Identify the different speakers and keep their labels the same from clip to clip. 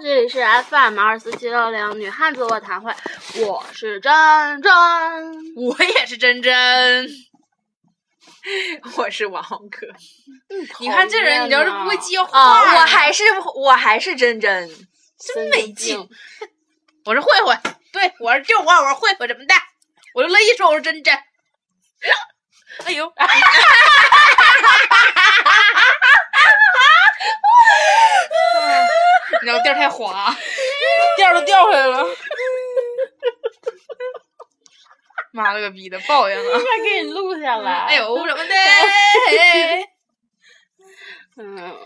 Speaker 1: 里是 FM 二四七六零女汉子卧谈会，我是珍珍。
Speaker 2: 我也是真真，我是王哥。你看这人，你要是不会接话，
Speaker 3: 啊，我还是我还是真真，
Speaker 1: 哦真
Speaker 2: 没劲。我是慧慧，对我是就我，我是慧慧，怎么的？我就乐意说我是真真。哎 呦，你知道调太滑，调都掉下来 了。妈了个逼的，抱怨了。
Speaker 1: 快给你录下来。
Speaker 2: 哎，呦，怎么的？
Speaker 1: 嗯，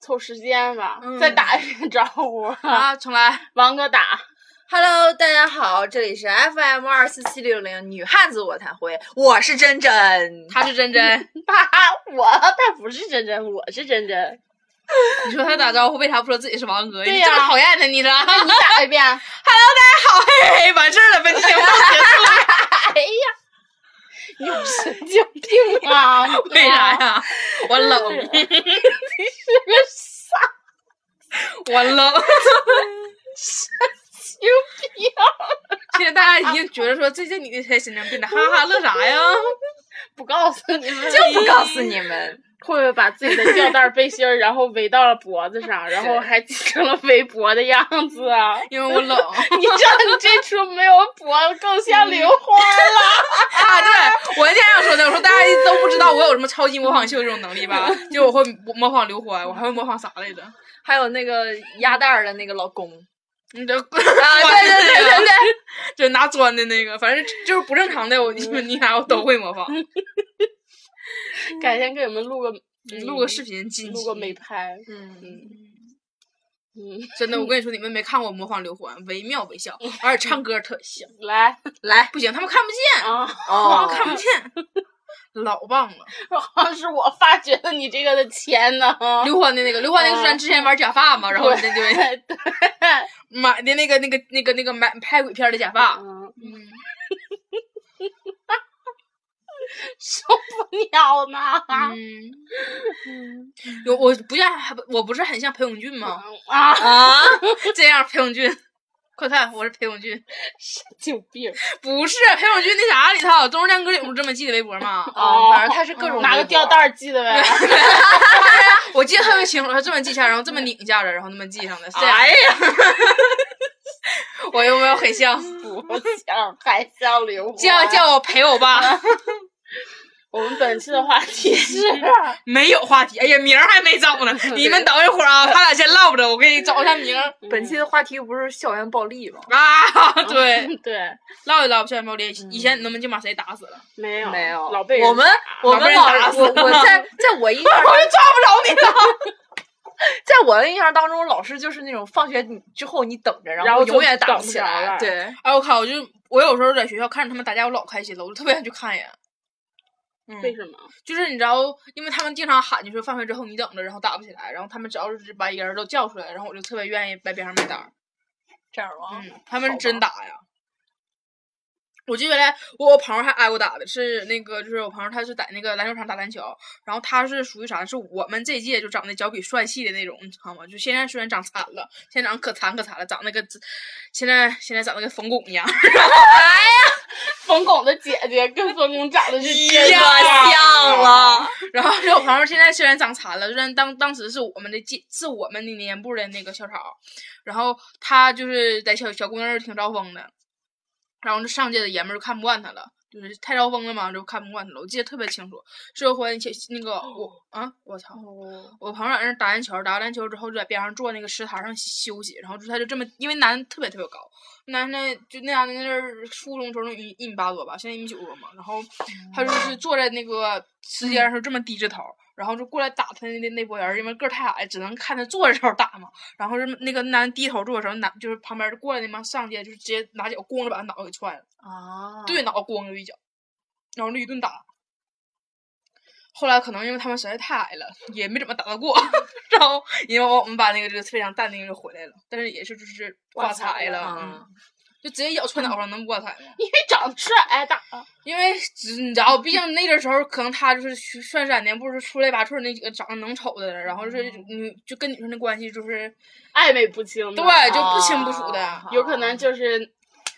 Speaker 1: 凑时间吧，
Speaker 3: 嗯
Speaker 1: 再打一遍招呼。
Speaker 2: 啊，重来。
Speaker 1: 王哥打，
Speaker 3: Hello，大家好，这里是 FM 二四七六零女汉子卧谈会，我是真真。
Speaker 2: 他是 真真，
Speaker 1: 他我他不是真真，我是真真。
Speaker 2: 你说他打招呼为啥不说自己是王哥？
Speaker 1: 对
Speaker 2: 你
Speaker 1: 呀
Speaker 2: 这么讨厌他， 你呢？
Speaker 1: 你打 一遍。
Speaker 2: 好，嘿 嘿，完事儿了，本期节目到此结束了。
Speaker 1: 哎呀，你有神经病啊！你
Speaker 2: 为啥？ 呀？我 冷，
Speaker 1: 你是个 傻
Speaker 2: 我冷。
Speaker 1: 神经病。
Speaker 2: 现在大家已经觉得说，最近你这才神经病呢，哈哈，乐啥呀？
Speaker 1: 不告诉你们，
Speaker 3: 就 不告诉你们，
Speaker 1: 慧慧把自己的吊带背心儿，然后围到了脖子上，然后还系成了围脖的样子啊！
Speaker 2: 因为我冷
Speaker 1: 你知道你这出没有脖子，更像刘花了。
Speaker 2: 啊！对，我那天想说的，我说大家都不知道我有什么超级模仿秀这种能力吧？就我会模仿刘欢，我还会模仿啥来着？
Speaker 3: 还有那个鸭蛋儿的那个老公
Speaker 2: 你这 啊，对
Speaker 3: 啊，对对对对对，
Speaker 2: 就拿砖的那个，反正就是不正常的，我你们你俩我都会模仿。
Speaker 1: 改天给你们录个
Speaker 2: 录个视，频进
Speaker 1: 嗯
Speaker 2: 去
Speaker 1: 录个美拍。
Speaker 3: 嗯，
Speaker 1: 嗯，
Speaker 2: 真的，我跟你说，你们没看过模仿刘欢，惟妙惟肖，而且唱歌特像。
Speaker 1: 来
Speaker 3: 来
Speaker 2: 不行，他们看不见，
Speaker 1: 啊！
Speaker 2: 他
Speaker 3: 哦
Speaker 2: 们看不见， 老棒了。
Speaker 1: 好像是我发掘了你这个的钱呢。啊
Speaker 2: 刘欢的那个，刘欢那个是咱之前玩假发嘛，然后那对
Speaker 1: 嗯对对，
Speaker 2: 买的那个那个那个那个买拍鬼片的假发，
Speaker 1: 嗯，
Speaker 2: 嗯，
Speaker 1: 受不了 呢。啊
Speaker 2: 啊有我不像还不我不是很像裴勇俊吗？
Speaker 1: 啊，
Speaker 3: 啊，
Speaker 2: 这样裴勇俊，快看我是裴勇俊，
Speaker 1: 神经病！
Speaker 2: 不是裴勇俊那啥里头，中日亮哥有这么记的微博吗？
Speaker 1: 啊
Speaker 2: 啊
Speaker 3: 哦反正他是各种
Speaker 1: 拿个
Speaker 3: 微博
Speaker 1: 吊 带儿系的呗。
Speaker 2: 我记得特别清楚，他这么记一下，然后这么拧一下的，然后那么系上的，是这样。
Speaker 1: 哎呀。
Speaker 2: 我有没有很像？
Speaker 1: 不像，还像刘欢。
Speaker 2: 叫叫我陪我 吧，
Speaker 1: 我们本期的话 题是啊
Speaker 2: 没有话题。哎呀，名儿还没找呢， 你们等一会儿 啊，他俩先唠着，我给你找一下名儿
Speaker 3: 本期的话题不是校园暴力吗？
Speaker 2: 啊。对，嗯
Speaker 1: 对，
Speaker 2: 唠一唠校园暴力。以前你们就把谁打死了？
Speaker 1: 没有
Speaker 3: 没有，
Speaker 1: 老被人
Speaker 3: 我们
Speaker 1: 打
Speaker 3: 我
Speaker 2: 老被
Speaker 3: 们
Speaker 2: 人
Speaker 3: 老
Speaker 2: 打死
Speaker 3: 我我
Speaker 2: 了
Speaker 3: 在在我印象
Speaker 2: 我就抓不着你了。
Speaker 3: 在我的印象当中，老师就是那种放学你之后你等着，
Speaker 1: 然
Speaker 3: 后
Speaker 1: 后就
Speaker 3: 永远打
Speaker 1: 等
Speaker 3: 不
Speaker 1: 不
Speaker 3: 起
Speaker 1: 着
Speaker 3: 来。
Speaker 1: 了
Speaker 3: 对，
Speaker 2: 哎，我靠！我就我有时候在学校看着他们打架，我老开心了，我就特别想去看一眼。嗯，
Speaker 1: 为什么？
Speaker 2: 就是你知道，因为他们经常喊就说放学之后你等着，然后打不起来，然后他们只要是把人都叫出来，然后我就特别愿意在边上买单儿。
Speaker 3: 这样吗？
Speaker 2: 嗯，他们
Speaker 3: 好
Speaker 2: 真
Speaker 3: 吧
Speaker 2: 打呀！我记得原来我我朋友还挨过打的，是那个就是我朋友他是在那个篮球场打篮球，然后他是属于啥？是我们这届就长得脚比帅气的那种，你知道吗？就现在虽然长残了，现在长得可残可残了，长那个现在现在长得跟冯巩一样，
Speaker 1: 冯巩的姐姐跟冯巩长得是一
Speaker 2: 样
Speaker 3: 像了。
Speaker 2: 然后这我朋友现在虽然长残了，虽然当当时是我们的届，是我们的年部的那个校草，然后他就是在小小姑娘那儿挺招风的，然后这上届的爷们儿就看不惯他了，就是太招风了嘛，就看不惯他了。我记得特别清楚，这回小那个我啊，我操！
Speaker 1: 哦，
Speaker 2: 我朋友在那儿打篮球，打完篮球之后就在边上坐那个石台上休息，然后就他就这么，因为男的特别特别高，男的就那样的那阵儿初中时候一一米八多吧，现在一米九多嘛，然后他就是坐在那个石阶上时候这么低着头。然后就过来打他的那那波人儿，因为个儿太矮，只能看他坐着时候打嘛。然后是那个男低头坐的时候，男就是旁边就过来那帮上街，就直接拿脚咣着把他脑袋给踹了。
Speaker 3: 啊，
Speaker 2: 对，脑咣就一脚，然后就一顿打。后来可能因为他们实在太矮了，也没怎么打得过， 然后因为我们把那个这个非常淡定就回来了，但是也是就是
Speaker 1: 挂
Speaker 2: 挂
Speaker 1: 彩
Speaker 2: 彩
Speaker 1: 了
Speaker 2: 了，
Speaker 3: 啊
Speaker 2: 嗯，就直接咬踹脑上，能不挂彩吗？
Speaker 1: 因为长得帅哎挨打。
Speaker 2: 因为只你知道，毕竟那个时候可能他就是去算闪电，不是出类拔萃那几个长得能瞅的人，然后是女就跟女生的关系就是
Speaker 1: 暧昧不清的，
Speaker 2: 对，就不清不楚
Speaker 3: 啊
Speaker 2: 的，
Speaker 1: 有可能就是，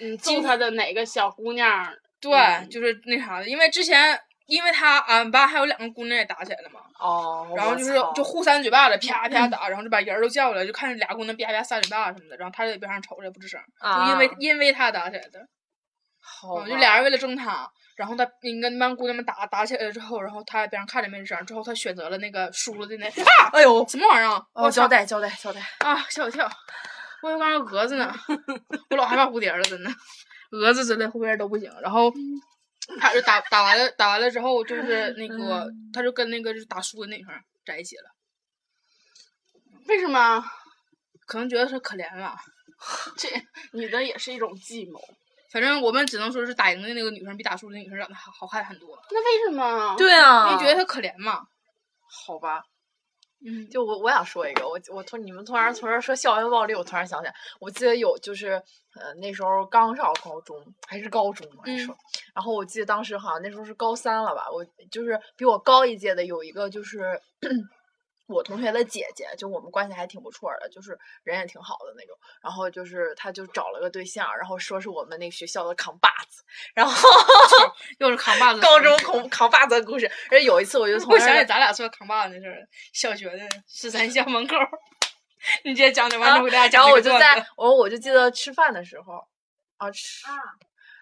Speaker 1: 嗯，揍他的哪个小姑娘，
Speaker 2: 对，就是那啥的。因为之前因为他俺班还有两个姑娘也打起来了嘛，
Speaker 3: 哦，
Speaker 2: 然后
Speaker 3: 我
Speaker 2: 就是
Speaker 3: 操嗯
Speaker 2: 就互扇嘴巴子，啪啪打，然后就把人儿都叫过来，就看着俩姑娘啪啪扇嘴巴什么的，然后他就在边上瞅着也不吱声，就因为
Speaker 3: 啊哦
Speaker 2: 因为他打起来的，嗯
Speaker 3: 好
Speaker 2: 就
Speaker 3: 吧
Speaker 2: 俩人为了争他。然后他，你跟那帮姑娘们打打起来了之后，然后他在边上看着没吱声。之后他选择了那个输了的那，啊，
Speaker 3: 哎呦，
Speaker 2: 什么玩意儿啊？
Speaker 3: 哦，
Speaker 2: 我操
Speaker 3: 交代交代交代，
Speaker 2: 啊！吓我一跳，我以为刚有蛾 子呢，我老害怕蝴蝶了，真的，蛾子之类后边都不行。然后
Speaker 3: 嗯
Speaker 2: 他就打打完了，打完了之后就是那个，
Speaker 3: 嗯
Speaker 2: 他就跟那个就是打输的那方在一起了，
Speaker 1: 为什么？
Speaker 2: 可能觉得是可怜 了。
Speaker 1: 这女的也是一种计谋。
Speaker 2: 反正我们只能说是打赢的那个女生比打输的那女生长得好好看很多，
Speaker 1: 那为什么？
Speaker 3: 对啊
Speaker 2: 因为觉得她可怜嘛。
Speaker 3: 好吧。
Speaker 2: 嗯，
Speaker 3: 就我我想说一个，我我突你们突然突然说校园暴力，我突然想起来，我记得有就是呃那时候刚上高中还是高中嘛那
Speaker 2: 嗯
Speaker 3: 时候，然后我记得当时好像那时候是高三了吧，我就是比我高一届的有一个就是 我同学的姐姐，就我们关系还挺不错的，就是人也挺好的那种，然后就是她就找了个对象，然后说是我们那学校的扛把子，然后
Speaker 2: 又是扛把子的
Speaker 3: 高
Speaker 2: 故事。
Speaker 3: 中扛扛把子的故事，而有一次 我就从
Speaker 2: 我
Speaker 3: 那
Speaker 2: 想
Speaker 3: 儿
Speaker 2: 起咱俩说扛把子那事儿了，小学的十三巷门口儿。 你接着讲讲完之后，给大
Speaker 3: 啊
Speaker 2: 家
Speaker 3: 然
Speaker 2: 讲
Speaker 3: 后
Speaker 2: 这
Speaker 3: 我就
Speaker 2: 个段子。
Speaker 3: 在，我我就记得吃饭的时候，啊吃，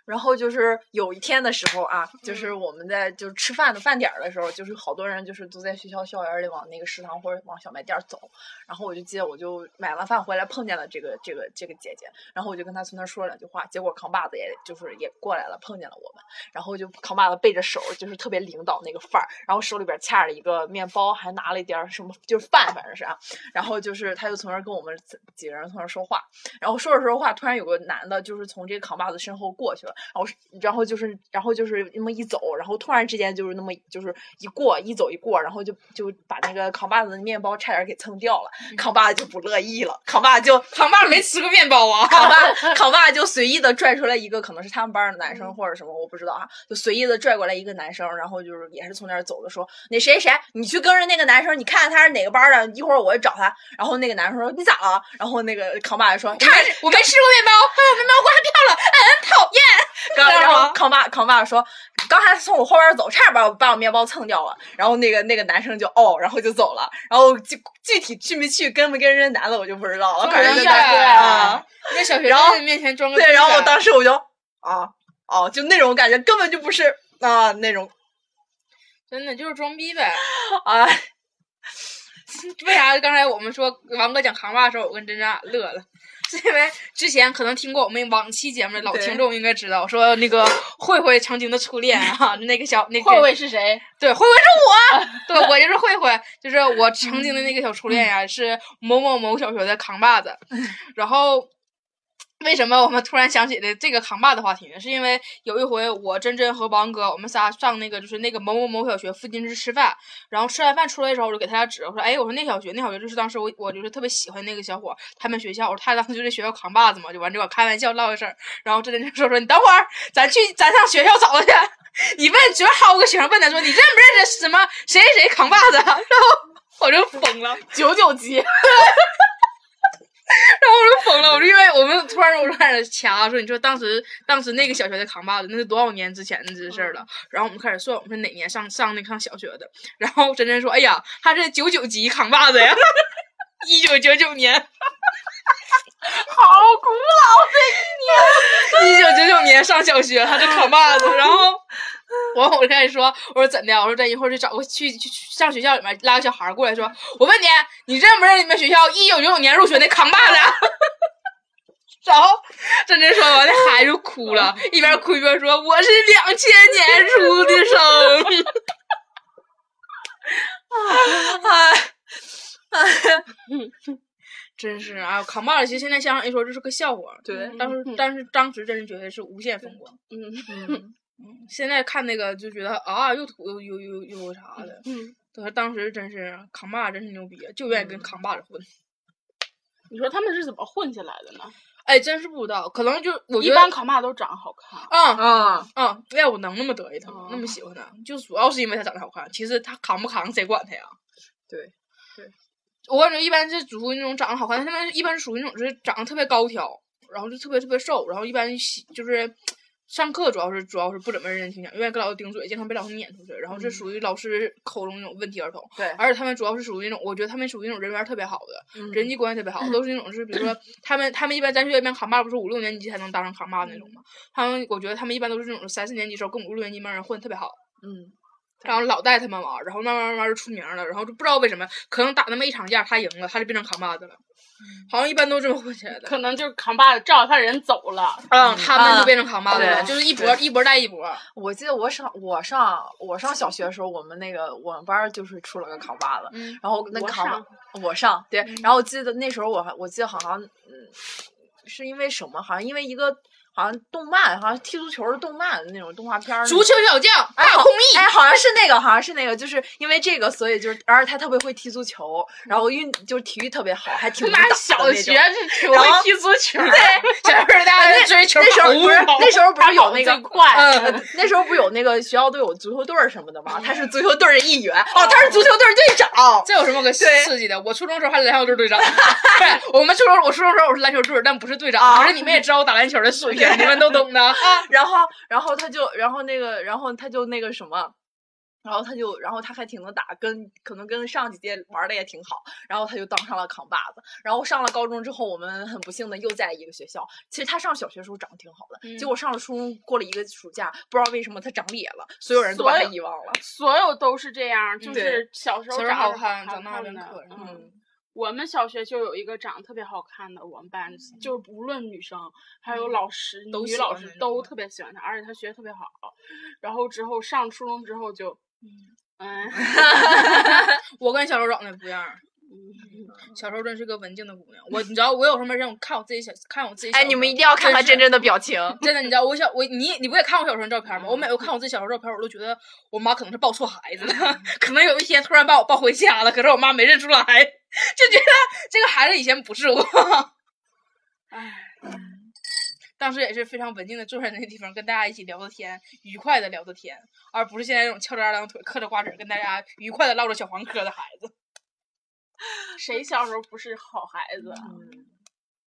Speaker 3: 然后就是有一天的时候啊，就是我们在就吃饭的饭点儿的时候，就是好多人就是都在学校校园里往那个食堂或者往小卖店儿走，然后我就记得我就买完饭回来碰见了这个这个这个姐姐，然后我就跟她从那儿说了两句话，结果扛把子也就是也过来了，碰见了我们，然后就扛把子背着手，就是特别领导那个范儿，然后手里边掐着一个面包，还拿了一点儿什么就是饭，反正是啊，然后就是他就从那儿跟我们几几个人从那儿说话，然后说着说着话，突然有个男的，就是从这个扛把子身后过去了，然后是然后就是然后就是那么一走，然后突然之间就是那么就是一过一走一过，然后就就把那个扛把子的面包差点给蹭掉了，扛把子就不乐意了，扛把子就
Speaker 2: 扛把子没吃过面包 啊。
Speaker 3: 扛把扛把就随意的拽出来一个，可能是他们班儿的男生或者什么，我不知道啊，就随意的拽过来一个男生，然后就是也是从那儿走的，说那谁谁，你去跟着那个男生，你看看他是哪个班儿的，一会儿我去找他。然后那个男生说你咋了？然后那个扛把就说
Speaker 2: 我没
Speaker 3: 看
Speaker 2: 我没吃过面包， 把我面包刮掉了，很讨厌。
Speaker 3: 刚，
Speaker 2: 知道
Speaker 3: 嗯然后
Speaker 2: 吗
Speaker 3: 扛把扛把说，刚才从我后边走，差点把我把我面包蹭掉了。然后那个那个男生就哦，然后就走了。然后具具体去没去，跟没跟人家男的，我就不知道了。
Speaker 2: 装
Speaker 3: 反正
Speaker 2: 人
Speaker 3: 就
Speaker 1: 家
Speaker 3: 在
Speaker 1: 对
Speaker 3: 啊，
Speaker 2: 你在小学
Speaker 3: 然后
Speaker 2: 生面前装个
Speaker 3: 对，然后我
Speaker 2: 逼呗
Speaker 3: 当时我就啊哦，就那种感觉，根本就不是啊那种
Speaker 2: 真的就是装逼呗。
Speaker 3: 啊，
Speaker 2: 为啥刚才我们说王哥讲扛把的时候，我跟珍珍俩乐了？ 是因为之前可能听过我们往期节目的老
Speaker 3: 对
Speaker 2: 听众应该知道，说那个慧慧曾经的初恋啊，那个小那个
Speaker 1: 慧慧是谁？
Speaker 2: 对，慧慧是我， 对我就是慧慧，就是我曾经的那个小初恋呀、是某某某小学的扛把子。 然后，为什么我们突然想起的这个扛把子话题呢？是因为有一回我真真和王哥，我们仨上那个就是那个某某某小学附近去吃饭，然后吃完饭出来的时候，我就给他俩指，我说，哎，我说那小学那小学就是当时我我就是特别喜欢那个小伙儿，他们学校，我说他当时就在学校扛把子嘛，就完这个开玩笑唠一声儿，然后真真就说说你等会儿，咱去咱上学校找去。你问随便薅个学生问他说你认不认识什么谁谁谁扛把子啊，然后我就疯了，
Speaker 1: 九九级，
Speaker 2: 然后我就疯了，我就因为我们突然我就开始掐说，你说当时当时那个小学的扛把子，那是多少年之前的事儿
Speaker 1: 嗯
Speaker 2: 了。然后我们开始算，我们是哪年上上那个上小学的。然后珍珍说，哎呀，他是九九级扛把子呀， 一九九九年，
Speaker 1: 好古老
Speaker 2: 一九九九年上小学，他就扛把子。然后完我就开始说，我说怎的？我说咱一会儿就找个去去去上学校里面拉个小孩儿过来说，我问你，你认不认你们学校一九九九年入学那扛把子？啊 然后真真说完，那孩子就哭了，一边哭一边说：“我是两千年出的生。
Speaker 3: 哎，”
Speaker 2: 真是啊，扛把子其实现在想想一说，这是个笑话。
Speaker 3: 对
Speaker 2: 当时但是当时真是觉得是无限风光。
Speaker 1: 嗯
Speaker 3: 嗯
Speaker 2: 现在看那个就觉得啊，又土又又又又啥的。
Speaker 1: 嗯，
Speaker 2: 对，当时真是扛
Speaker 3: 嗯
Speaker 2: 把子真是牛逼，就愿意跟扛把子混。
Speaker 1: 你说他们是怎么混起来的呢？
Speaker 2: 哎，真是不知道，可能就我
Speaker 1: 一
Speaker 2: 觉得
Speaker 1: 般考马都长得好看。
Speaker 2: 嗯
Speaker 3: 啊，哦
Speaker 2: 嗯，那我能那么得意他吗？那
Speaker 1: 嗯
Speaker 2: 么喜欢他，就主要是因为他长得好看。其实他扛不扛，谁管他呀？
Speaker 3: 对，
Speaker 2: 我感觉一般是属于那种长得好看，他们一般是属于那种就是长得特别高挑，然后就特别特别瘦，然后一般喜就是上课主要是主要是不怎么认真听讲，愿意跟老师顶嘴，经常被老师撵出去，然后这属于老师口中那种问题儿童。
Speaker 3: 嗯对
Speaker 2: 而且他们主要是属于那种，我觉得他们属于那种人缘儿特别好的，
Speaker 3: 家
Speaker 2: 人际关系特别
Speaker 3: 嗯
Speaker 2: 好，都是那种就是比如 说他们他们一般咱学校一般扛把不是五六年级才能当上扛把那种嘛，他们我觉得他们一般都是那种三四年级时候跟我们六年级那帮人混得特别好，
Speaker 3: 嗯，
Speaker 2: 然后老带他们玩儿，然后慢慢慢慢就出名了，然后就不知道为什么，可能打那么一场架他赢了，他就变成扛把子了，
Speaker 3: 嗯
Speaker 2: 好像一般都这么混起来的。
Speaker 1: 可能就是扛把子照他人走了，
Speaker 2: 嗯，他们就变成扛把子
Speaker 3: 啊
Speaker 2: 了，
Speaker 3: 对
Speaker 2: 就是一波一波带一波。
Speaker 3: 我记得我上我上我上小学的时候，我们那个我们班儿就是出了个扛把子，
Speaker 2: 嗯
Speaker 3: 然后那
Speaker 1: 我
Speaker 3: 扛把
Speaker 1: 上嗯
Speaker 3: 我上对，然后我记得那时候我还我记得好像嗯，是因为什么？好像因为一个好像动漫，好像踢足球的动漫那种动画片儿那种，
Speaker 2: 足球小将
Speaker 3: 哎
Speaker 2: 大
Speaker 3: 好
Speaker 2: 空翼，
Speaker 3: 哎，好像是那个，好像是那个，就是因为这个，所以就是，而且他特别会踢足球，然后运就是体育特别好，还挺能打
Speaker 1: 那
Speaker 3: 哦的
Speaker 1: 小
Speaker 3: 那
Speaker 1: 学
Speaker 3: 种
Speaker 1: 就
Speaker 3: 然后
Speaker 1: 会踢足球儿，
Speaker 2: 小时候大家追球
Speaker 3: 那时候
Speaker 2: 跑
Speaker 3: 不是
Speaker 2: 步
Speaker 3: 那时候不是有
Speaker 1: 跑
Speaker 3: 那
Speaker 1: 得
Speaker 3: 个
Speaker 1: 最快，
Speaker 2: 嗯
Speaker 3: 呃，那时候不有那个学校都有足球队儿什么的 吗？他是足球队儿的一员，哦，他是足球队儿队长。
Speaker 2: 这有什么可刺激的？我初中时候还是篮球队队长， 对，我们初中我初中时候我是篮球队，但不是队长。
Speaker 3: 啊
Speaker 2: 可是你们也知道我打篮球的水平，你们都懂 的啊。
Speaker 3: 然后，然后他就，然后那个，然后他就那个什么，然后他就，然后他还挺能打，跟可能跟上几届玩的也挺好，然后他就当上了扛把子。然后上了高中之后，我们很不幸的又在一个学校。其实他上小学的时候长得挺好的，结
Speaker 2: 嗯
Speaker 3: 果上了初中过了一个暑假，不知道为什么他长脸了，所有人都把
Speaker 1: 所
Speaker 3: 他
Speaker 1: 有
Speaker 3: 遗忘了。
Speaker 1: 所有都是这样，就
Speaker 3: 对
Speaker 1: 是小时候
Speaker 2: 小时候
Speaker 1: 长
Speaker 2: 好
Speaker 1: 得
Speaker 2: 看
Speaker 1: 好
Speaker 2: 长大变
Speaker 1: 的
Speaker 2: 可爱
Speaker 1: 嗯
Speaker 3: 嗯。
Speaker 1: 我们小学就有一个长得特别好看的，我们班就是无论女生还有老师、
Speaker 2: 都
Speaker 1: 女
Speaker 2: 喜
Speaker 1: 老
Speaker 2: 欢
Speaker 1: 师
Speaker 2: 她
Speaker 1: 都
Speaker 2: 嗯
Speaker 1: 特别喜欢她，而且她学的特别好。然后之后上初中之后就，嗯，
Speaker 2: 我跟小时候长得不一样，嗯小时候真是个文静的姑娘。我你知道我有什么人？我看我自己小看我自己小时候。
Speaker 3: 哎，你们一定要看他真
Speaker 2: 真是
Speaker 3: 真的表情。
Speaker 2: 真的，你知道我小我你你不也看我小时候的照片吗？我每回看我自己小时候照片，我都觉得我妈可能是抱错孩子了，
Speaker 1: 嗯
Speaker 2: 可能有一天突然把我抱回家了，可是我妈没认出来，就觉得这个孩子以前不是我。
Speaker 1: 唉，
Speaker 2: 当时也是非常文静的坐在那个地方，跟大家一起聊着天，愉快的聊着天，而不是现在这种翘着二郎腿、嗑着瓜子儿跟大家愉快的唠着小黄嗑的孩子。
Speaker 1: 谁小时候不是好孩子？啊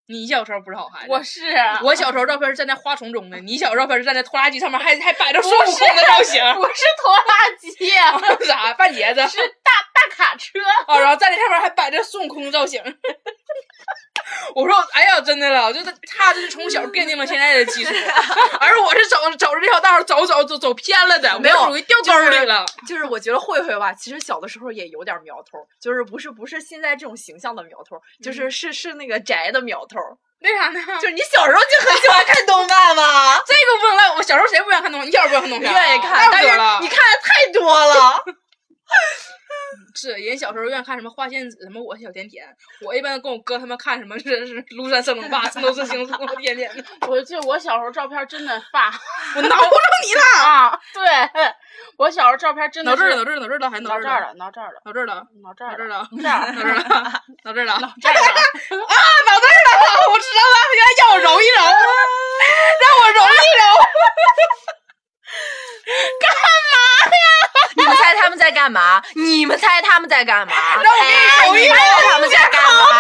Speaker 2: 你小时候不是好孩子，
Speaker 1: 我是
Speaker 2: 我小时候照片是站在花丛中的，你小时候照片是站在拖拉机上面还还摆着孙悟空的造型，
Speaker 1: 我是拖拉机，
Speaker 2: 啥半截子
Speaker 1: 是大大卡车。
Speaker 2: 啊，然后站在上面还摆着孙悟空造型。 我说，哎呀，真的了，就是他就是从小奠定了现在的 基础，而我是走走着这条道儿走走走走偏了的，
Speaker 3: 没有
Speaker 2: 我属于掉沟
Speaker 3: 就
Speaker 2: 里
Speaker 3: 是
Speaker 2: 了。
Speaker 3: 就是我觉得慧慧吧，其实小的时候也有点苗头儿，就是不是不是现在这种形象的苗头儿，就是是是那个宅的苗头儿。
Speaker 2: 为啥呢？，
Speaker 3: 就是你小时候就很喜欢看动漫嘛
Speaker 2: 这个不能赖我，小时候谁不愿意看动画？一点儿不愿意看动
Speaker 3: 你
Speaker 2: 画，
Speaker 3: 愿意看，
Speaker 2: 太
Speaker 3: 但
Speaker 2: 多
Speaker 3: 是
Speaker 2: 了
Speaker 3: 你。看的太多了。
Speaker 2: 是人小时候愿意看什么《花仙子》什么《我是小甜甜》，我一般跟我哥他们看什么是是《庐山升龙霸》《圣斗士星矢》《我甜甜》的，
Speaker 1: 我记得我小时候照片真的发
Speaker 2: 我挠着你了，
Speaker 1: 啊，对 我小时候照片真的
Speaker 2: 挠这儿
Speaker 1: 是
Speaker 2: 了，挠这儿了，挠这儿了，还挠
Speaker 1: 挠这儿，了，挠这儿了，挠这儿了，这
Speaker 2: 挠这儿了，挠这儿了，
Speaker 1: 儿
Speaker 2: 挠这儿了，挠这儿了， 啊，挠
Speaker 1: 这儿了。
Speaker 2: 这儿了，我知道了，原来让我揉一 揉，让我揉一揉。
Speaker 3: 你们猜他们在干嘛？你们猜他们在干嘛？
Speaker 2: 让我给你
Speaker 3: 哎
Speaker 2: 瞅一
Speaker 3: 你
Speaker 2: 瞅
Speaker 3: 们猜他们在干嘛？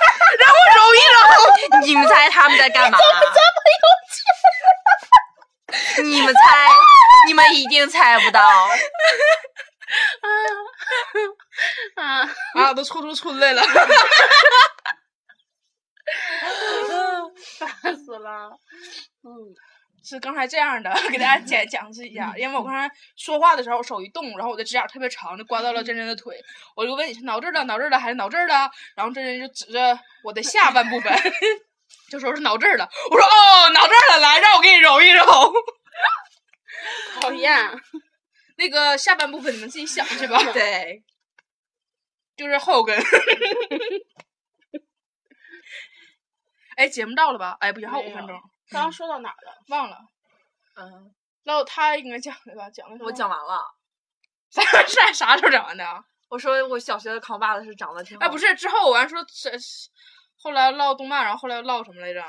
Speaker 3: 让我揉一揉。 你们猜他们在干嘛？你们猜，你们一定猜不到。
Speaker 1: 嗯，
Speaker 2: 啊，都抽出春来了。
Speaker 1: 烦死了。嗯，
Speaker 2: 是刚才这样的，给大家 解讲释一下。因
Speaker 1: 嗯
Speaker 2: 为我刚才说话的时候，我手一动，然后我的指甲特别长，就刮到了真真的腿。我就问你是挠这儿了，挠这儿了，还是挠这儿了？然后真真就指着我的下半部分， 就说是挠这儿了。我说哦，挠这儿了，来，让我给你揉一揉。
Speaker 1: 讨厌。啊
Speaker 2: 那个下半部分你们自己想 去吧，
Speaker 3: 对，
Speaker 2: 就是后跟。 哎，节目到了吧？哎，不行，还有
Speaker 1: 没
Speaker 2: 五分
Speaker 1: 有
Speaker 2: 钟，
Speaker 1: 刚刚说到哪儿了？
Speaker 2: 忘了。
Speaker 3: 嗯，
Speaker 2: 唠他应该讲的吧？讲的
Speaker 3: 我讲完了。
Speaker 2: 啥 啥啥时候讲完的啊？啊
Speaker 3: 我说我小学的扛把子是长得挺好，
Speaker 2: 哎，不，是，之后我还说这后来唠动漫，然后后来唠什么来着？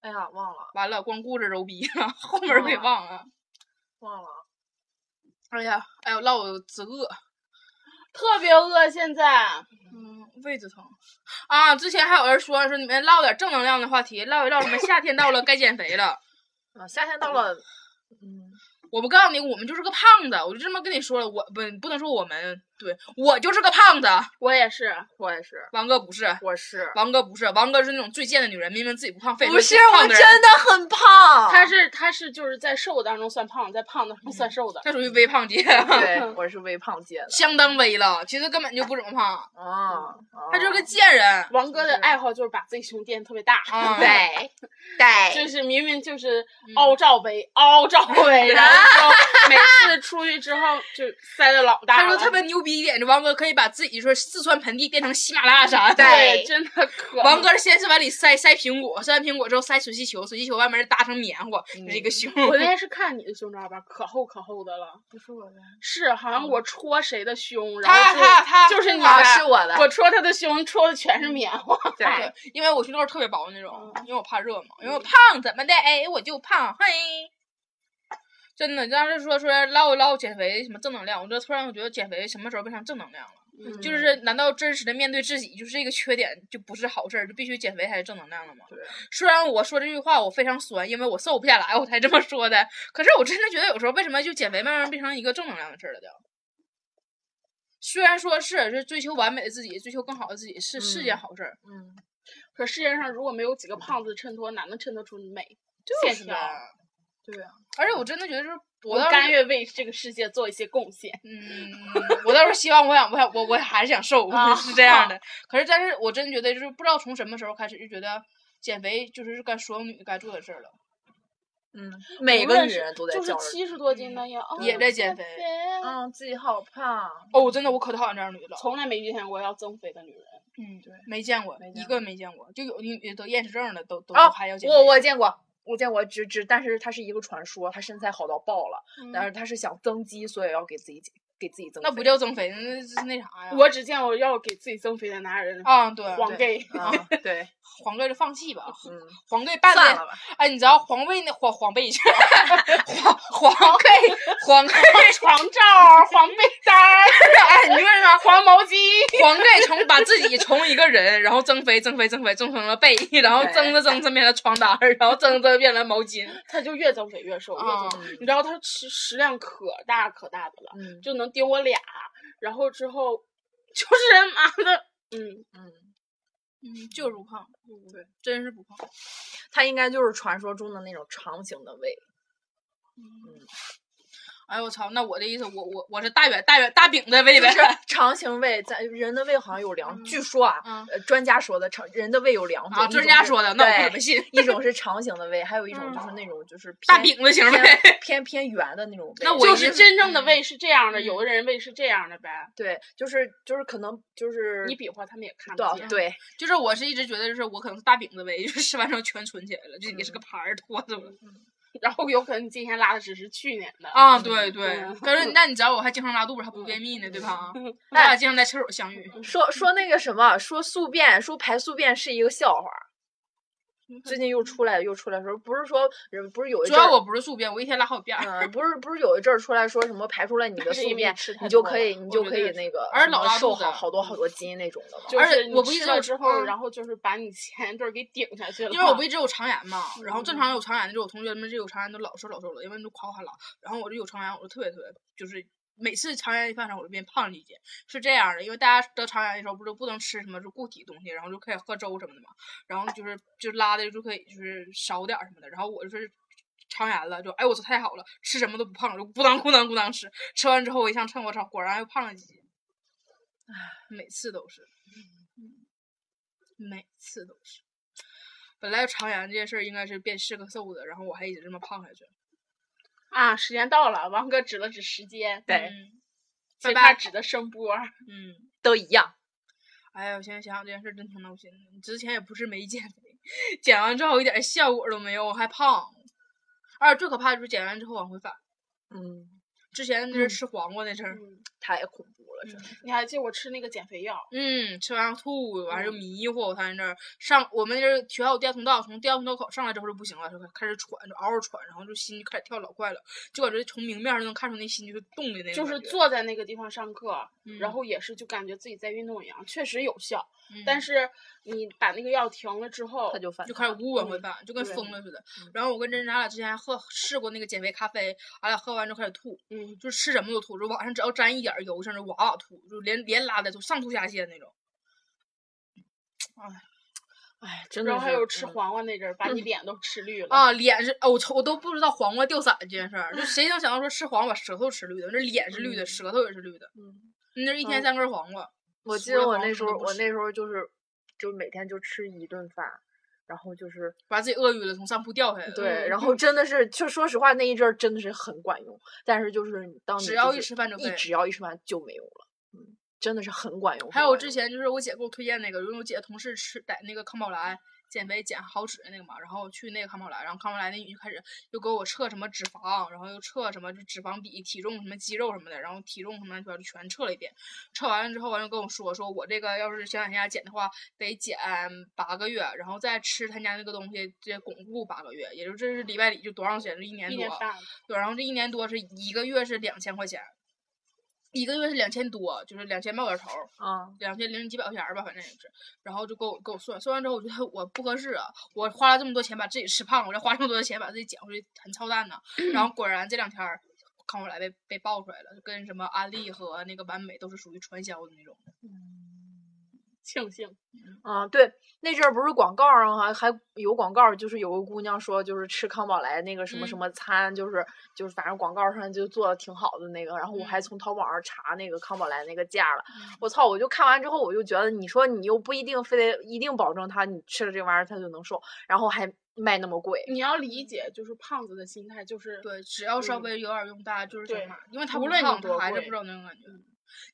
Speaker 3: 哎呀，忘了
Speaker 2: 完了，光顾着揉逼了， 后面儿给忘了。
Speaker 3: 忘了，
Speaker 2: 哎呀，哎呦，唠我直饿，
Speaker 1: 特别饿，现在
Speaker 2: 嗯，胃子疼啊！之前还有人说说你们唠点正能量的话题，唠一唠什么夏天到了该减肥了。
Speaker 3: 啊，夏天到了，嗯，
Speaker 2: 我不告诉你，我们就是个胖子，我就这么跟你说了。我不不能说我们，对我就是个胖子。
Speaker 1: 我也是，
Speaker 3: 我也是，
Speaker 2: 王哥不是，
Speaker 3: 我 是，
Speaker 2: 王哥不是，王哥是那种最贱的女人，明明自己不胖，非
Speaker 3: 不是，
Speaker 2: 说
Speaker 3: 我
Speaker 2: 胖的人
Speaker 3: 真的很胖，
Speaker 1: 他是他是就是在瘦当中算胖，在胖当中算瘦的。
Speaker 2: 这属于微胖 姐，
Speaker 3: 对，我是微胖界的，
Speaker 2: 相当微了，其实根本就不怎么
Speaker 1: 哦
Speaker 2: 胖，
Speaker 3: 啊，
Speaker 2: 她就是个贱人。
Speaker 1: 王哥的爱好就是嗯把自己胸垫特别大，
Speaker 2: 啊，
Speaker 3: 对
Speaker 1: 就
Speaker 3: 对，
Speaker 1: 是明明就是凹罩杯，凹罩杯，然后每次出去之后就塞的老大
Speaker 2: 他
Speaker 1: 了。
Speaker 2: 说特别牛逼一点，这王哥可以把自己说四川盆地变成喜马拉雅山。
Speaker 1: 对，
Speaker 3: 对
Speaker 1: 真的可
Speaker 2: 王哥先是往里塞塞苹果，塞完苹果之后塞水气球，水气球外面搭成棉花，
Speaker 3: 嗯
Speaker 2: 就是一个胸。
Speaker 1: 我那天是看你的胸罩吧，可厚可厚的了。嗯
Speaker 3: 不是我的，
Speaker 1: 是，好像我戳谁的胸，然
Speaker 2: 他
Speaker 1: 后
Speaker 2: 他 他
Speaker 1: 就是你
Speaker 3: 啊，
Speaker 1: 的
Speaker 3: 是我的，
Speaker 1: 我戳他的胸，戳的全是棉花。
Speaker 3: 对，
Speaker 2: 对，因为我胸罩是特别薄的那种，因为我怕热嘛，因为我胖怎么的，哎，我就胖，嘿。真的，当时说说唠一唠减肥什么正能量，我就突然我觉得减肥什么时候变成正能量了？
Speaker 1: 嗯
Speaker 2: 就是难道真实的面对自己就是这个缺点就不是好事儿，就必须减肥才是正能量了吗？
Speaker 3: 对
Speaker 2: 虽然我说这句话我非常酸，因为我瘦不下来，我才这么说的。可是我真的觉得有时候为什么就减肥慢慢变成一个正能量的事儿了就？虽然说是是追求完美的自己，追求更好的自己是是
Speaker 3: 嗯
Speaker 2: 件好事儿，
Speaker 3: 嗯，
Speaker 1: 可世界上如果没有几个胖子衬托，哪能衬托出你美？
Speaker 2: 就
Speaker 1: 线
Speaker 2: 是
Speaker 1: 条
Speaker 2: 啊。
Speaker 3: 对啊，
Speaker 2: 而且我真的觉得就是
Speaker 1: 我
Speaker 2: 我倒
Speaker 1: 甘
Speaker 2: 是
Speaker 1: 愿为这个世界做一些贡献。
Speaker 2: 嗯，我倒是希望我想我想我我还是想瘦，
Speaker 1: 啊
Speaker 2: 是这 样的。可是但是我真觉得就是不知道从什么时候开始就觉得减肥就是干所有女该做的事儿了。
Speaker 3: 嗯，每个女人都在
Speaker 1: 就
Speaker 3: 叫
Speaker 1: 是
Speaker 3: 着，
Speaker 1: 七十多斤的也哦
Speaker 2: 也在减
Speaker 1: 肥，
Speaker 2: 肥
Speaker 3: 嗯，自己好胖，
Speaker 2: 哦，我真的我可讨厌这样的女的了。
Speaker 1: 从来没遇见过要增肥的女人。
Speaker 2: 嗯，
Speaker 3: 对
Speaker 2: 没见过，
Speaker 3: 没
Speaker 2: 一
Speaker 3: 见
Speaker 2: 个没见过，就有的女得厌食症的都都
Speaker 3: 哦
Speaker 2: 都还要减肥。
Speaker 3: 我我见过。我见过，只只，但是她是一个传说，她身材好到爆了，
Speaker 2: 嗯
Speaker 3: 但是她是想增肌，所以要给自己给自己增肥。
Speaker 2: 那不叫增肥，那是那啥呀？
Speaker 1: 我只见过要给自己增肥的男人，
Speaker 2: 啊，对，
Speaker 1: 黄
Speaker 3: 对
Speaker 1: gay。
Speaker 3: 啊， 对，
Speaker 2: 黄盖就放弃吧，
Speaker 3: 嗯，
Speaker 2: 黄盖办
Speaker 3: 算了
Speaker 2: 的，
Speaker 3: 吧，
Speaker 2: 哎，你知道黄贝那黄黄贝 去，黄黄盖黄盖，
Speaker 1: 床罩、黄被单儿、
Speaker 2: 哎，你为啥
Speaker 1: 黄毛巾，
Speaker 2: 黄盖从把自己从一个人，然后增肥增肥增肥增成了背，然后增着增着变成床单儿，然后增着变成毛巾，
Speaker 1: 他就越增肥越瘦，越增肥。
Speaker 3: 嗯
Speaker 1: 你知道他食食量可大可大的了，
Speaker 3: 嗯
Speaker 1: 就能顶我俩。然后之后就是妈的，嗯，
Speaker 3: 嗯，
Speaker 2: 嗯，就是不胖，
Speaker 3: 对，
Speaker 2: 真是不胖。
Speaker 3: 她应该就是传说中的那种长形的胃，
Speaker 2: 哎呦我操！那我的意思，我我我是大圆大圆大饼的胃
Speaker 3: 就
Speaker 2: 呗
Speaker 3: 是。长形胃，在人的胃好像有两，据说啊，
Speaker 2: 嗯
Speaker 3: 呃，专家说的长人的胃有两种，
Speaker 2: 啊，
Speaker 3: 一
Speaker 2: 专
Speaker 3: 种
Speaker 2: 家
Speaker 3: 是
Speaker 2: 说的，那我不
Speaker 3: 对
Speaker 2: 怎么信。
Speaker 3: 一种是长形的胃，还有一种就是那种就是
Speaker 2: 大
Speaker 3: 偏
Speaker 2: 饼子型呗。
Speaker 3: 偏偏偏圆的那种胃。
Speaker 2: 那我
Speaker 1: 就
Speaker 2: 一
Speaker 1: 是
Speaker 2: 直
Speaker 1: 真正的
Speaker 2: 嗯
Speaker 1: 胃是这样的，
Speaker 2: 嗯
Speaker 1: 有的人胃是这样的呗。
Speaker 3: 对，就是就是可能就是
Speaker 1: 你比划他们也看不
Speaker 3: 对啊
Speaker 1: 见。
Speaker 3: 对，
Speaker 2: 就是我是一直觉得，就是我可能是大饼子呗，就是吃完之后全存起来了，就也是个盘儿托着了。
Speaker 1: 然后有可能你今天拉的只是去年的。
Speaker 2: 啊，对对嗯
Speaker 1: 嗯。
Speaker 2: 可是那你知道我还经常拉肚子，还不便秘呢，对吧？我
Speaker 3: 哎
Speaker 2: 俩经常在厕所相遇。
Speaker 3: 说说那个什么，说宿便，说排宿便是一个笑话。最近又出来又出来说，不是说人不是有一
Speaker 2: 嗯主
Speaker 3: 阵
Speaker 2: 要
Speaker 3: 儿
Speaker 2: 我不是宿便，我一天拉 好遍儿，
Speaker 3: 嗯，不是不是有一阵儿出来说什么排出来你的
Speaker 1: 那是因
Speaker 3: 宿
Speaker 1: 为
Speaker 3: 便
Speaker 1: 你吃，太
Speaker 3: 你就
Speaker 1: 多
Speaker 3: 可
Speaker 1: 了
Speaker 3: 以你就
Speaker 2: 对
Speaker 3: 可
Speaker 2: 对
Speaker 3: 以那个
Speaker 2: 而
Speaker 3: 什
Speaker 2: 老
Speaker 3: 么
Speaker 2: 拉
Speaker 3: 瘦
Speaker 2: 肚子
Speaker 3: 好好多好多斤那种的嘛。
Speaker 1: 就
Speaker 2: 而
Speaker 1: 是
Speaker 2: 且
Speaker 1: 你
Speaker 2: 我不一
Speaker 1: 吃
Speaker 2: 直
Speaker 1: 了
Speaker 2: 有
Speaker 1: 之后，
Speaker 2: 嗯
Speaker 1: 然后就是把你 前一顿给顶下去了。
Speaker 2: 因为我不一直嗯有肠炎嘛，然后正常有肠炎的时候，我同学们这有肠炎都老瘦老瘦了，因为都夸夸拉。然后我这有肠炎，我就特别特别，就是每次肠炎一犯上，我就变胖了一斤，是这样的。因为大家得肠炎的时候，不是不能吃什么就固体东西，然后就可以喝粥什么的嘛，然后就是就拉的就可以就是少点儿什么的。然后我就是。肠炎了，就哎我操太好了，吃什么都不胖，就咕当咕当咕当吃。吃完之后我一上称，我操，果然又胖了几斤。唉，嗯每次都是，每次都是。本来肠炎这件事儿应该是变是个瘦子，然后我还一直这么胖下去。
Speaker 1: 啊，时间到了，王哥指了指时间，
Speaker 3: 对，
Speaker 2: 嗯
Speaker 1: 其实
Speaker 2: 拜拜
Speaker 1: 他指的声波。
Speaker 2: 嗯，
Speaker 3: 都一样。
Speaker 2: 哎呀，我现在想想这件事儿真挺闹心的。之前也不是没减肥，减完之后一点效果都没有，我还胖。而且最可怕的就是减完之后往回返。
Speaker 3: 嗯，
Speaker 2: 之前那是吃黄瓜那阵儿，
Speaker 1: 嗯，
Speaker 3: 太恐怖了，真的。
Speaker 1: 你还记得我吃那个减肥药？
Speaker 2: 嗯，吃完吐，
Speaker 1: 嗯
Speaker 2: 完就迷糊，他那儿上我们这儿学校有地下通道，从地下通道口上来之后就不行了，就开始喘，就嗷嗷喘，然后就心就开始跳老快了，就感觉从明面上就能看出那心就是动的那种感觉，
Speaker 1: 就是坐在那个地方上课，
Speaker 2: 嗯，
Speaker 1: 然后也是就感觉自己在运动一样，确实有效。
Speaker 2: 嗯
Speaker 1: 但是你把那个药停了之后，
Speaker 3: 他就反
Speaker 2: 就开始
Speaker 3: 弹
Speaker 2: 无往回
Speaker 1: 嗯
Speaker 2: 返，就跟
Speaker 1: 对
Speaker 2: 疯了似的。
Speaker 3: 嗯
Speaker 2: 然后我跟珍珍，咱俩之前还喝试过那个减肥咖啡，俺俩喝完就开始吐，
Speaker 1: 嗯，
Speaker 2: 就吃什么都吐，就晚上只要沾一点儿油上就哇哇吐，就连连拉带吐，上吐下泻那种。
Speaker 3: 哎，真的
Speaker 1: 然
Speaker 3: 是。
Speaker 1: 后还有吃
Speaker 3: 嗯
Speaker 1: 黄瓜那阵儿，把你脸都吃绿了。
Speaker 2: 啊，脸是，哦，我从我都不知道黄瓜掉色这件 事儿，就谁能想到说吃黄瓜把舌头吃绿的，这脸是绿的，
Speaker 3: 嗯
Speaker 2: 舌头也是绿的，
Speaker 3: 嗯
Speaker 2: 你这一天
Speaker 3: 嗯
Speaker 2: 三根黄瓜，
Speaker 3: 我
Speaker 2: 熟
Speaker 3: 记得
Speaker 2: 了
Speaker 3: 我
Speaker 2: 黄
Speaker 3: 那
Speaker 2: 瓜
Speaker 3: 时候，
Speaker 2: 都不
Speaker 3: 我
Speaker 2: 吃
Speaker 3: 那时候就是，就每天就吃一顿饭，然后就是
Speaker 2: 把自己饿晕了，从上铺掉下来了。
Speaker 3: 对，
Speaker 1: 嗯
Speaker 3: 然后真的是，就说实话，那一阵儿真的是很管用。但是就是你当你
Speaker 2: 只要
Speaker 3: 就
Speaker 2: 一
Speaker 3: 是
Speaker 2: 吃饭就
Speaker 3: 一
Speaker 2: 废
Speaker 3: 只要一吃饭就没有了，嗯，真的是很管用。
Speaker 2: 还
Speaker 3: 很
Speaker 2: 有
Speaker 3: 管
Speaker 2: 之
Speaker 3: 用
Speaker 2: 前就是我姐给我推荐那个，因为我姐同事吃在那个康宝莱减肥减好脂的那个嘛，然后去那个康宝莱，然后康宝莱那女就开始又给我测什么脂肪，然后又测什么就脂肪比、体重什么肌肉什么的，然后体重什么乱七八糟全测了一遍。测完了之后，完了跟我说，说我这个要是想往下减的话，得减八个月，然后再吃他家那个东西，这巩固八个月，也就这是里外里就多长时间，就一年
Speaker 1: 一
Speaker 2: 多。
Speaker 1: 年半，
Speaker 2: 对，然后这一年多是一个月是两千块钱，一个月是两千多，就是两千冒点头儿。
Speaker 3: 啊，
Speaker 2: 两千零几百块钱儿吧，反正也是。然后就给我给我算，算完之后我觉得我不合适啊，我花了这么多钱把自己吃胖，我再花这么多的钱把自己减回去，很操蛋呐。然后果然这两天儿康宝莱被被爆出来了，就跟什么安利和那个完美都是属于传销的那种。
Speaker 1: 庆幸。
Speaker 3: 啊，对，那阵儿不是广告上还还有广告，就是有个姑娘说，就是吃康宝莱那个什么什
Speaker 2: 嗯
Speaker 3: 么餐，就是就是反正广告上就做的挺好的那个，然后我还
Speaker 2: 嗯
Speaker 3: 从淘宝上查那个康宝莱那个价了，
Speaker 1: 嗯
Speaker 3: 我操，我就看完之后我就觉得，你说你又不一定非得一定保证它，你吃了这玩意儿它就能瘦，然后还卖那么贵，
Speaker 1: 你要理解，就是胖子的心态，就是
Speaker 2: 对，只要稍
Speaker 1: 嗯
Speaker 2: 微有点用，大家就是
Speaker 1: 对
Speaker 2: 想买，因为他
Speaker 1: 无
Speaker 2: 不
Speaker 1: 论你
Speaker 2: 胖，
Speaker 1: 多
Speaker 2: 他还是
Speaker 1: 贵嗯
Speaker 2: 不知道那种感觉。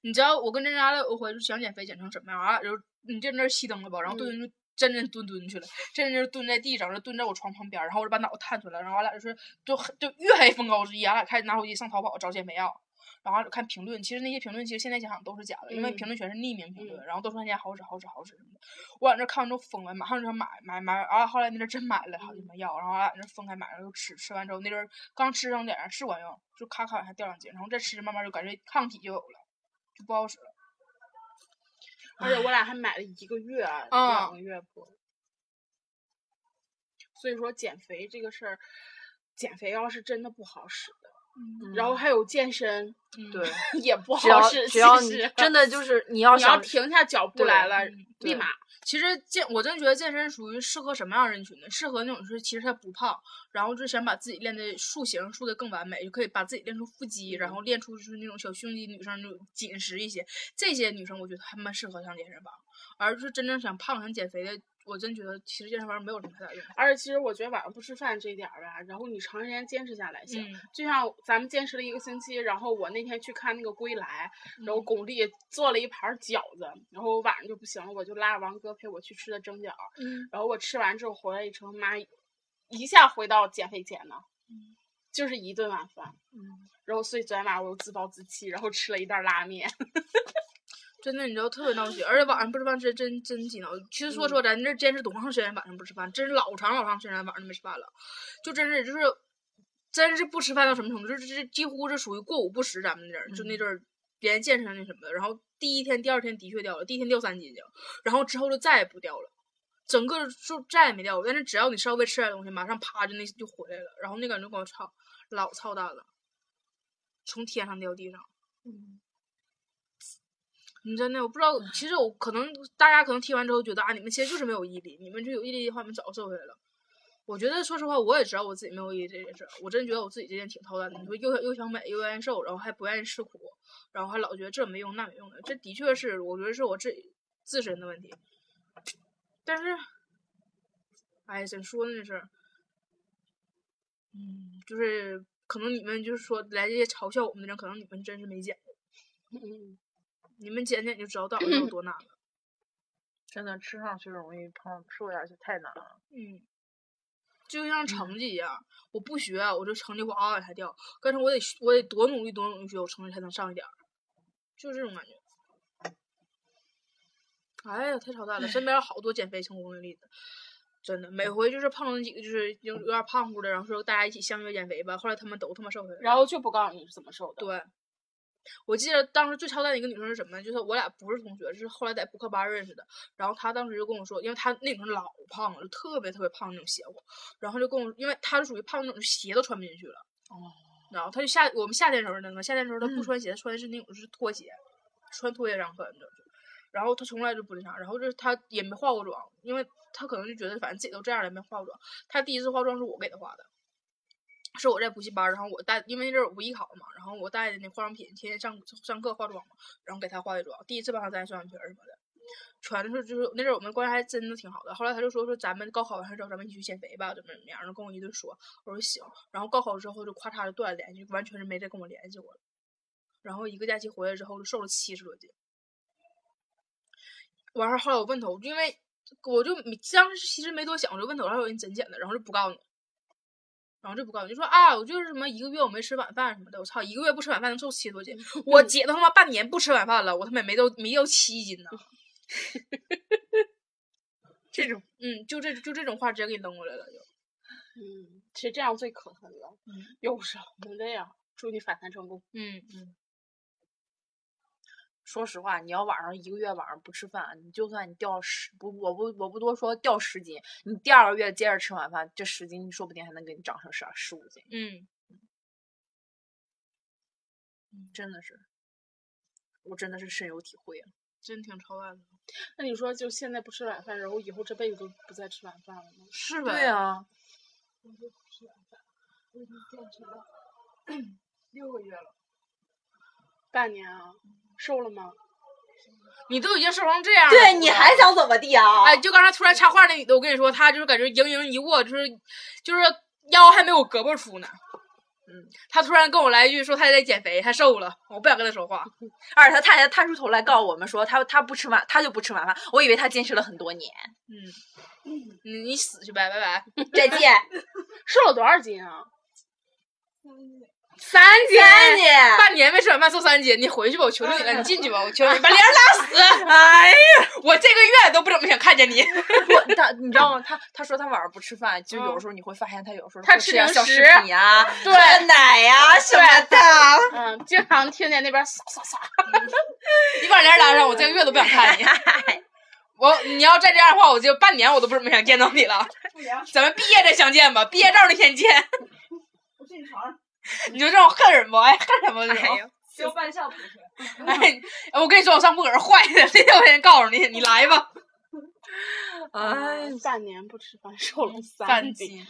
Speaker 2: 你知道我跟珍珍俩有回就想减肥减成什么样啊？就是你这那儿熄灯了吧，
Speaker 1: 嗯
Speaker 2: 然后蹲就真真蹲蹲去了，真真蹲在地上，就蹲在我床旁边儿，然后我就把脑袋探出来，然后俺俩就是就很就月黑风高之夜，俺俩开始拿手机上淘宝找减肥药。然后俺俩看评论，其实那些评论其实现在想想都是假的，因为
Speaker 1: 嗯
Speaker 2: 评论全是匿名评论，
Speaker 1: 嗯
Speaker 2: 然后都说那家好使好使好使什么的。我俺这看完之后疯了，马上就想买买买，然后后来那阵儿真买了，好像买药，然后俺俩那分开买，然后就吃，吃完之后那阵儿刚吃上点儿是管用，就咔咔往下掉两斤，然后再吃慢慢就感觉抗体就有了，就不好使了。
Speaker 1: 而且我俩还买了一个月，啊
Speaker 3: 嗯
Speaker 1: 两个月不。所以说减肥这个事儿，减肥药是真的不好使的。然后还有健身
Speaker 2: 嗯
Speaker 3: 对，
Speaker 1: 也不
Speaker 3: 嗯只要
Speaker 1: 好使，
Speaker 3: 只要
Speaker 1: 其
Speaker 3: 你
Speaker 1: 实
Speaker 3: 真的就是你要
Speaker 1: 你要
Speaker 3: 想
Speaker 1: 停下脚步
Speaker 3: 对
Speaker 1: 来了
Speaker 2: 嗯，
Speaker 1: 立
Speaker 3: 对
Speaker 1: 马
Speaker 2: 其实健，我真觉得健身属于适合什么样的人群呢？适合那种就是其实他不胖，然后就想把自己练的塑形塑的更完美，就可以把自己练出腹肌，然后练出就是那种小胸肌，女生就紧实一些。这些女生我觉得她们适合上健身房，而是真正想胖想减肥的，我真觉得其实健身房没有什么太大用。
Speaker 1: 而且其实我觉得晚上不吃饭这一点儿吧，然后你长时间坚持下来行。
Speaker 2: 嗯，
Speaker 1: 就像咱们坚持了一个星期，然后我那天去看那个归来，然后
Speaker 3: 嗯
Speaker 1: 巩俐做了一盘儿饺子，然后我晚上就不行了，我就拉着王哥陪我去吃的蒸饺，
Speaker 2: 嗯
Speaker 1: 然后我吃完之后回来一称，妈一下回到减肥前呢，
Speaker 3: 嗯
Speaker 1: 就是一顿晚饭。然后所以昨天晚上我又自暴自弃，然后吃了一袋儿拉面。
Speaker 2: 真的，你知道特别闹心，而且晚上不吃饭真真真鸡脑。其实说
Speaker 1: 嗯
Speaker 2: 说，咱这坚持多长时间晚上不吃饭，真是老长老长时间晚上没吃饭了，就真是就是，真是不吃饭到什么程度，就是这几乎是属于过午不食。咱们这儿就那
Speaker 1: 嗯
Speaker 2: 阵儿，连健身那什么的，然后第一天、第二天的确掉了，第一天掉三斤斤，然后之后就再也不掉了。整个就再也没掉过，但是只要你稍微吃点东西，马上啪就那就回来了，然后那感觉给我操，老操蛋了，从天上掉地上。你真的，我不知道，其实我可能大家可能听完之后觉得啊，你们其实就是没有毅力，你们就有毅力的话，你们早瘦下来了。我觉得说实话，我也知道我自己没有毅力这件事儿，我真觉得我自己这件挺操蛋的。你说又又想美又愿意瘦，然后还不愿意吃苦，然后还老觉得这没用那没用的，这的确是我觉得是我自己自身的问题。但是，哎，怎说呢这事儿？嗯，就是可能你们就是说来这些嘲笑我们的人，可能你们真是没减，
Speaker 1: 嗯，
Speaker 2: 你们减减就知道到底有多难了。
Speaker 3: 真的吃上去容易胖，瘦下去太难了。
Speaker 2: 嗯，就像
Speaker 1: 嗯
Speaker 2: 成绩一样，我不学，我这成绩哇哇往下掉。但是我得学我得多努力多努力学，我成绩才能上一点儿。就是这种感觉。哎呀，太操蛋了！身边有好多减肥成功的例子，真的，每回就是碰上几个就是有有点胖乎的，然后说大家一起相约减肥吧，后来他们都他妈瘦下来了。
Speaker 1: 然后就不告诉你是怎么瘦的。
Speaker 2: 对，我记得当时最操蛋的一个女生是什么呢？就是我俩不是同学，是后来在补课班认识的。然后她当时就跟我说，因为她那女生老胖了，就特别特别胖那种邪乎。然后就跟我，因为她是属于胖那种鞋都穿不进去了。
Speaker 1: 哦。
Speaker 2: 然后她就夏我们夏天时候那什么，夏天时候她不
Speaker 3: 嗯
Speaker 2: 穿鞋，穿的是那种就是拖鞋，穿拖鞋上课你知道就。然后她从来就不那啥，然后就是她也没化过妆，因为她可能就觉得反正自己都这样了，没化过妆。她第一次化妆是我给她化的。是我在补习班儿，然后我带，因为那阵儿五一考嘛，然后我带的那化妆品，天天上上课化妆嘛，然后给她化的妆，第一次帮她摘双眼皮儿什么的，全的是就是那阵儿我们关系还真的挺好的。后来她就说说咱们高考完事之后咱们一起去减肥吧，怎么怎么样，然后跟我一顿说，我说行，然后高考之后就咔嚓就断了联系，就完全是没再跟我联系过了。然后一个假期回来之后就瘦了七十多斤，完事儿后来我问她，我就因为我就没当时其实没多想，我就问她，我说你怎减的，然后就不告诉你。然后就不告诉你，就说啊，我就是什么一个月我没吃晚饭什么的，我操，一个月不吃晚饭能瘦七十多斤，我姐都他妈半年不吃晚饭了，我他妈也没到没掉七斤呢。
Speaker 3: 这种
Speaker 2: 嗯，就这就这种话直接给你扔过来了，就
Speaker 1: 嗯，其实这样最可恨了。
Speaker 2: 嗯，
Speaker 1: 有时候能这样，祝你反弹成功。
Speaker 2: 嗯嗯，
Speaker 3: 说实话，你要晚上一个月晚上不吃饭，你就算你掉十不，我不我不多说掉十斤，你第二个月接着吃晚饭，这十斤说不定还能给你长成十十五斤，
Speaker 2: 嗯，
Speaker 1: 嗯
Speaker 3: 真的是，我真的是深有体会啊。
Speaker 2: 真挺超烂的，
Speaker 1: 那你说，就现在不吃晚饭，然后以后这辈子都不再吃晚饭了吗？
Speaker 2: 是呗？
Speaker 3: 对，啊，
Speaker 1: 六个月了，半年啊，瘦了吗？
Speaker 2: 你都已经瘦成这样了，
Speaker 4: 对，
Speaker 2: 是
Speaker 4: 你
Speaker 2: 吧
Speaker 4: 还想怎么地啊？
Speaker 2: 哎，就刚才突然插话那女的，我跟你说，她就是感觉盈盈一握，就是就是腰还没有胳膊粗呢。
Speaker 3: 嗯，
Speaker 2: 她突然跟我来一句说她在减肥，她瘦了，我不想跟她说话。
Speaker 3: 而且他他还探出头来告我们说他他不吃晚他就不吃晚饭，我以为他坚持了很多年。
Speaker 2: 嗯，你你死去呗，拜拜。
Speaker 4: 再见，
Speaker 1: 瘦了多少斤啊？
Speaker 2: 三斤，
Speaker 4: 三姐，
Speaker 2: 半年没吃晚饭瘦三斤，你回去吧，我求求你了，你进去吧，我求求你，把帘儿拉死，
Speaker 3: 哎呀，
Speaker 2: 我这个月都不怎么想看见你。
Speaker 3: 我他你知道吗？他他说他晚上不吃饭，就有
Speaker 2: 嗯
Speaker 3: 时候你会发现他有时候
Speaker 1: 他
Speaker 3: 会
Speaker 1: 吃
Speaker 3: 吃点
Speaker 1: 零
Speaker 3: 小食
Speaker 1: 食
Speaker 3: 品呀、
Speaker 1: 对，
Speaker 4: 断奶呀什么 的，
Speaker 1: 嗯，经常听见那边唰唰唰。
Speaker 2: 你把帘儿拉上，我这个月都不想看你。我你要再这样的话，我就半年我都不怎么想见到你了。咱们毕业再相见吧，毕业照那天见。你就这种恨人不？哎，恨什么？
Speaker 3: 哎呀，
Speaker 5: 交半校同学，
Speaker 2: 哎，我跟你说，我上铺可是坏的，这天我先告诉你，你来吧。
Speaker 3: 哎，
Speaker 1: 半年不吃饭，瘦了
Speaker 2: 三
Speaker 1: 斤。，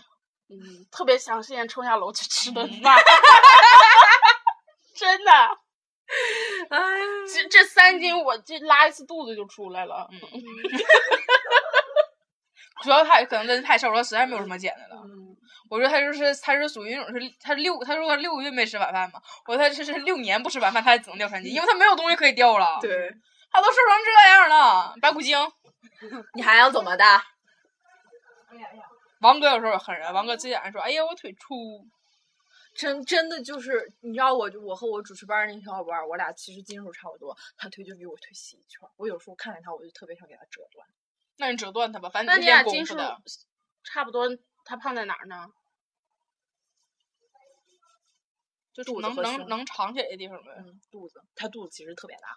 Speaker 1: 嗯，特别想现在冲下楼去吃
Speaker 3: 嗯
Speaker 1: 顿饭， 真的。
Speaker 3: 哎，
Speaker 1: 这这三斤，我这拉一次肚子就出来了。
Speaker 3: 嗯
Speaker 2: 主要他可能真是太瘦了，实在没有什么减的了。我说他就是，他是属于那种是，他六，他说他六个月没吃晚饭嘛，我说他这是六年不吃晚饭，他也只能掉三斤，因为他没有东西可以掉了。，
Speaker 3: 对，
Speaker 2: 他都瘦成这样了，白骨精。
Speaker 4: 你还想怎么的？
Speaker 2: 王哥有时候也狠人，王哥之前说：“哎呀，我腿粗。
Speaker 3: 真真的就是，你知道我我和我主持班儿那小伙伴儿，我俩其实斤数差不多，他腿就比我腿细一圈儿。我有时候看着他，我就特别想给他折断。”
Speaker 2: 那你折断他吧，反
Speaker 1: 那
Speaker 2: 正
Speaker 1: 你
Speaker 2: 练
Speaker 1: 俩
Speaker 2: 功
Speaker 1: 斤
Speaker 2: 夫
Speaker 1: 数
Speaker 2: 的。
Speaker 1: 差不多，他胖在哪儿呢？
Speaker 2: 就是
Speaker 3: 肚子
Speaker 2: 能
Speaker 3: 和
Speaker 2: 能
Speaker 3: 胸
Speaker 2: 能藏起来的地方呗。
Speaker 3: 嗯，肚子，他肚子其实特别大，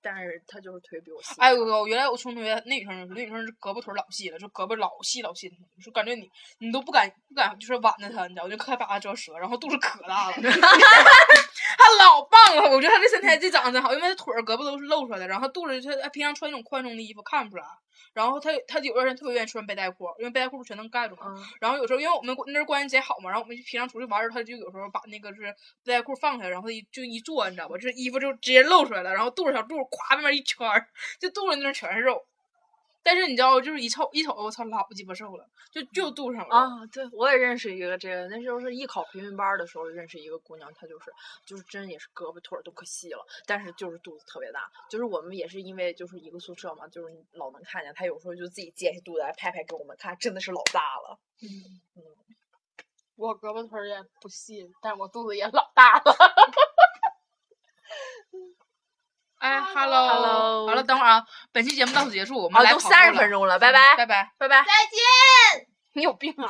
Speaker 3: 但是他就是腿比我细。
Speaker 2: 哎，我我原来我初中同学那女生就是，那女生是胳膊腿儿老细了，就胳膊老细老细，就感觉你你都不敢不敢就是挽着她，你知道，我就快把她折折，然后肚子可 大了，她老棒了。我觉得她这身材这长得真好，因为她腿儿胳膊都是露出来的，然后肚子就是她平常穿那种宽松的衣服看不出来。然后她她有段时间特别愿意穿背带裤，因为背带裤不全能盖住嘛。
Speaker 3: 嗯，
Speaker 2: 然后有时候因为我们那阵儿关系贼好嘛，然后我们就平常出去玩儿的时候，他就有时候把那个就是背带裤放下，然后一就一坐，你知道吧？这衣服就直接露出来了，然后肚子小肚咵外面一圈儿，就肚子那儿全是肉。但是你知道，就是一瞅一瞅，我操，老鸡巴瘦了，就就肚子上了。
Speaker 3: 啊，对，我也认识一个这个，那时候是艺考培训班儿的时候认识一个姑娘，她就是就是真也是胳膊腿儿都可细了，但是就是肚子特别大。就是我们也是因为就是一个宿舍嘛，就是老能看见她，有时候就自己借起肚子来拍拍给我们看，真的是老大了。
Speaker 1: 我胳膊腿儿也不 细，但我肚子也老大了。
Speaker 2: 哎，hello
Speaker 3: Hello
Speaker 2: 好了，等会儿啊，本期节目到此结束，我们
Speaker 3: 啊，
Speaker 2: 来
Speaker 3: 都
Speaker 2: 跑步
Speaker 3: 三十
Speaker 2: 了
Speaker 3: 分，钟了，拜拜，
Speaker 2: 拜拜。
Speaker 3: 拜拜。
Speaker 1: 你有病啊！